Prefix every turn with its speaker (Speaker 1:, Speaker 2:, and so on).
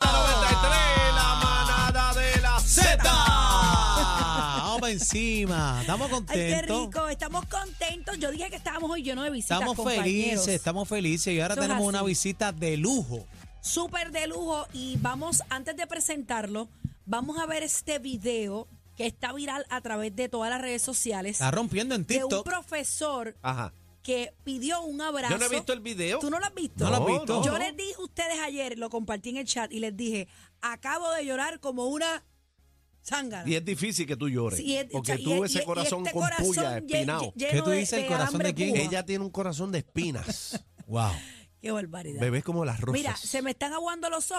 Speaker 1: Ah, encima. Estamos
Speaker 2: Ay, qué
Speaker 1: contentos.
Speaker 2: rico, estamos contentos. Yo dije que estábamos hoy llenos de visitas.
Speaker 1: Estamos
Speaker 2: compañeros.
Speaker 1: felices, estamos felices. Y ahora
Speaker 2: Eso es
Speaker 1: tenemos
Speaker 2: así.
Speaker 1: una visita de lujo.
Speaker 2: Súper de lujo. Y vamos, antes de presentarlo, vamos a ver este video que está viral a través de todas las redes sociales.
Speaker 1: Está rompiendo en
Speaker 2: De un
Speaker 1: TikTok.
Speaker 2: profesor
Speaker 3: Ajá.
Speaker 2: que pidió un abrazo.
Speaker 3: Yo no he visto el video.
Speaker 2: ¿Tú no lo has visto?
Speaker 1: No lo has visto.
Speaker 2: Yo
Speaker 3: no.
Speaker 2: les dije a ustedes ayer, lo compartí en el chat y les dije, acabo de llorar como una zángana.
Speaker 3: Y es difícil que tú llores.
Speaker 2: Sí, y es-
Speaker 3: porque
Speaker 2: y- y-
Speaker 3: tú
Speaker 2: y-
Speaker 3: ese
Speaker 2: y
Speaker 3: corazón
Speaker 2: este
Speaker 3: con
Speaker 2: corazón
Speaker 3: puya,
Speaker 2: lle-
Speaker 3: espinado.
Speaker 2: lle- lleno
Speaker 1: tú dices, el corazón
Speaker 2: hambre
Speaker 1: de quién?
Speaker 2: púa.
Speaker 3: Ella tiene un corazón de espinas.
Speaker 1: Wow.
Speaker 2: Qué barbaridad.
Speaker 3: Bebés como las rosas.
Speaker 2: Mira, se me están aguando los ojos.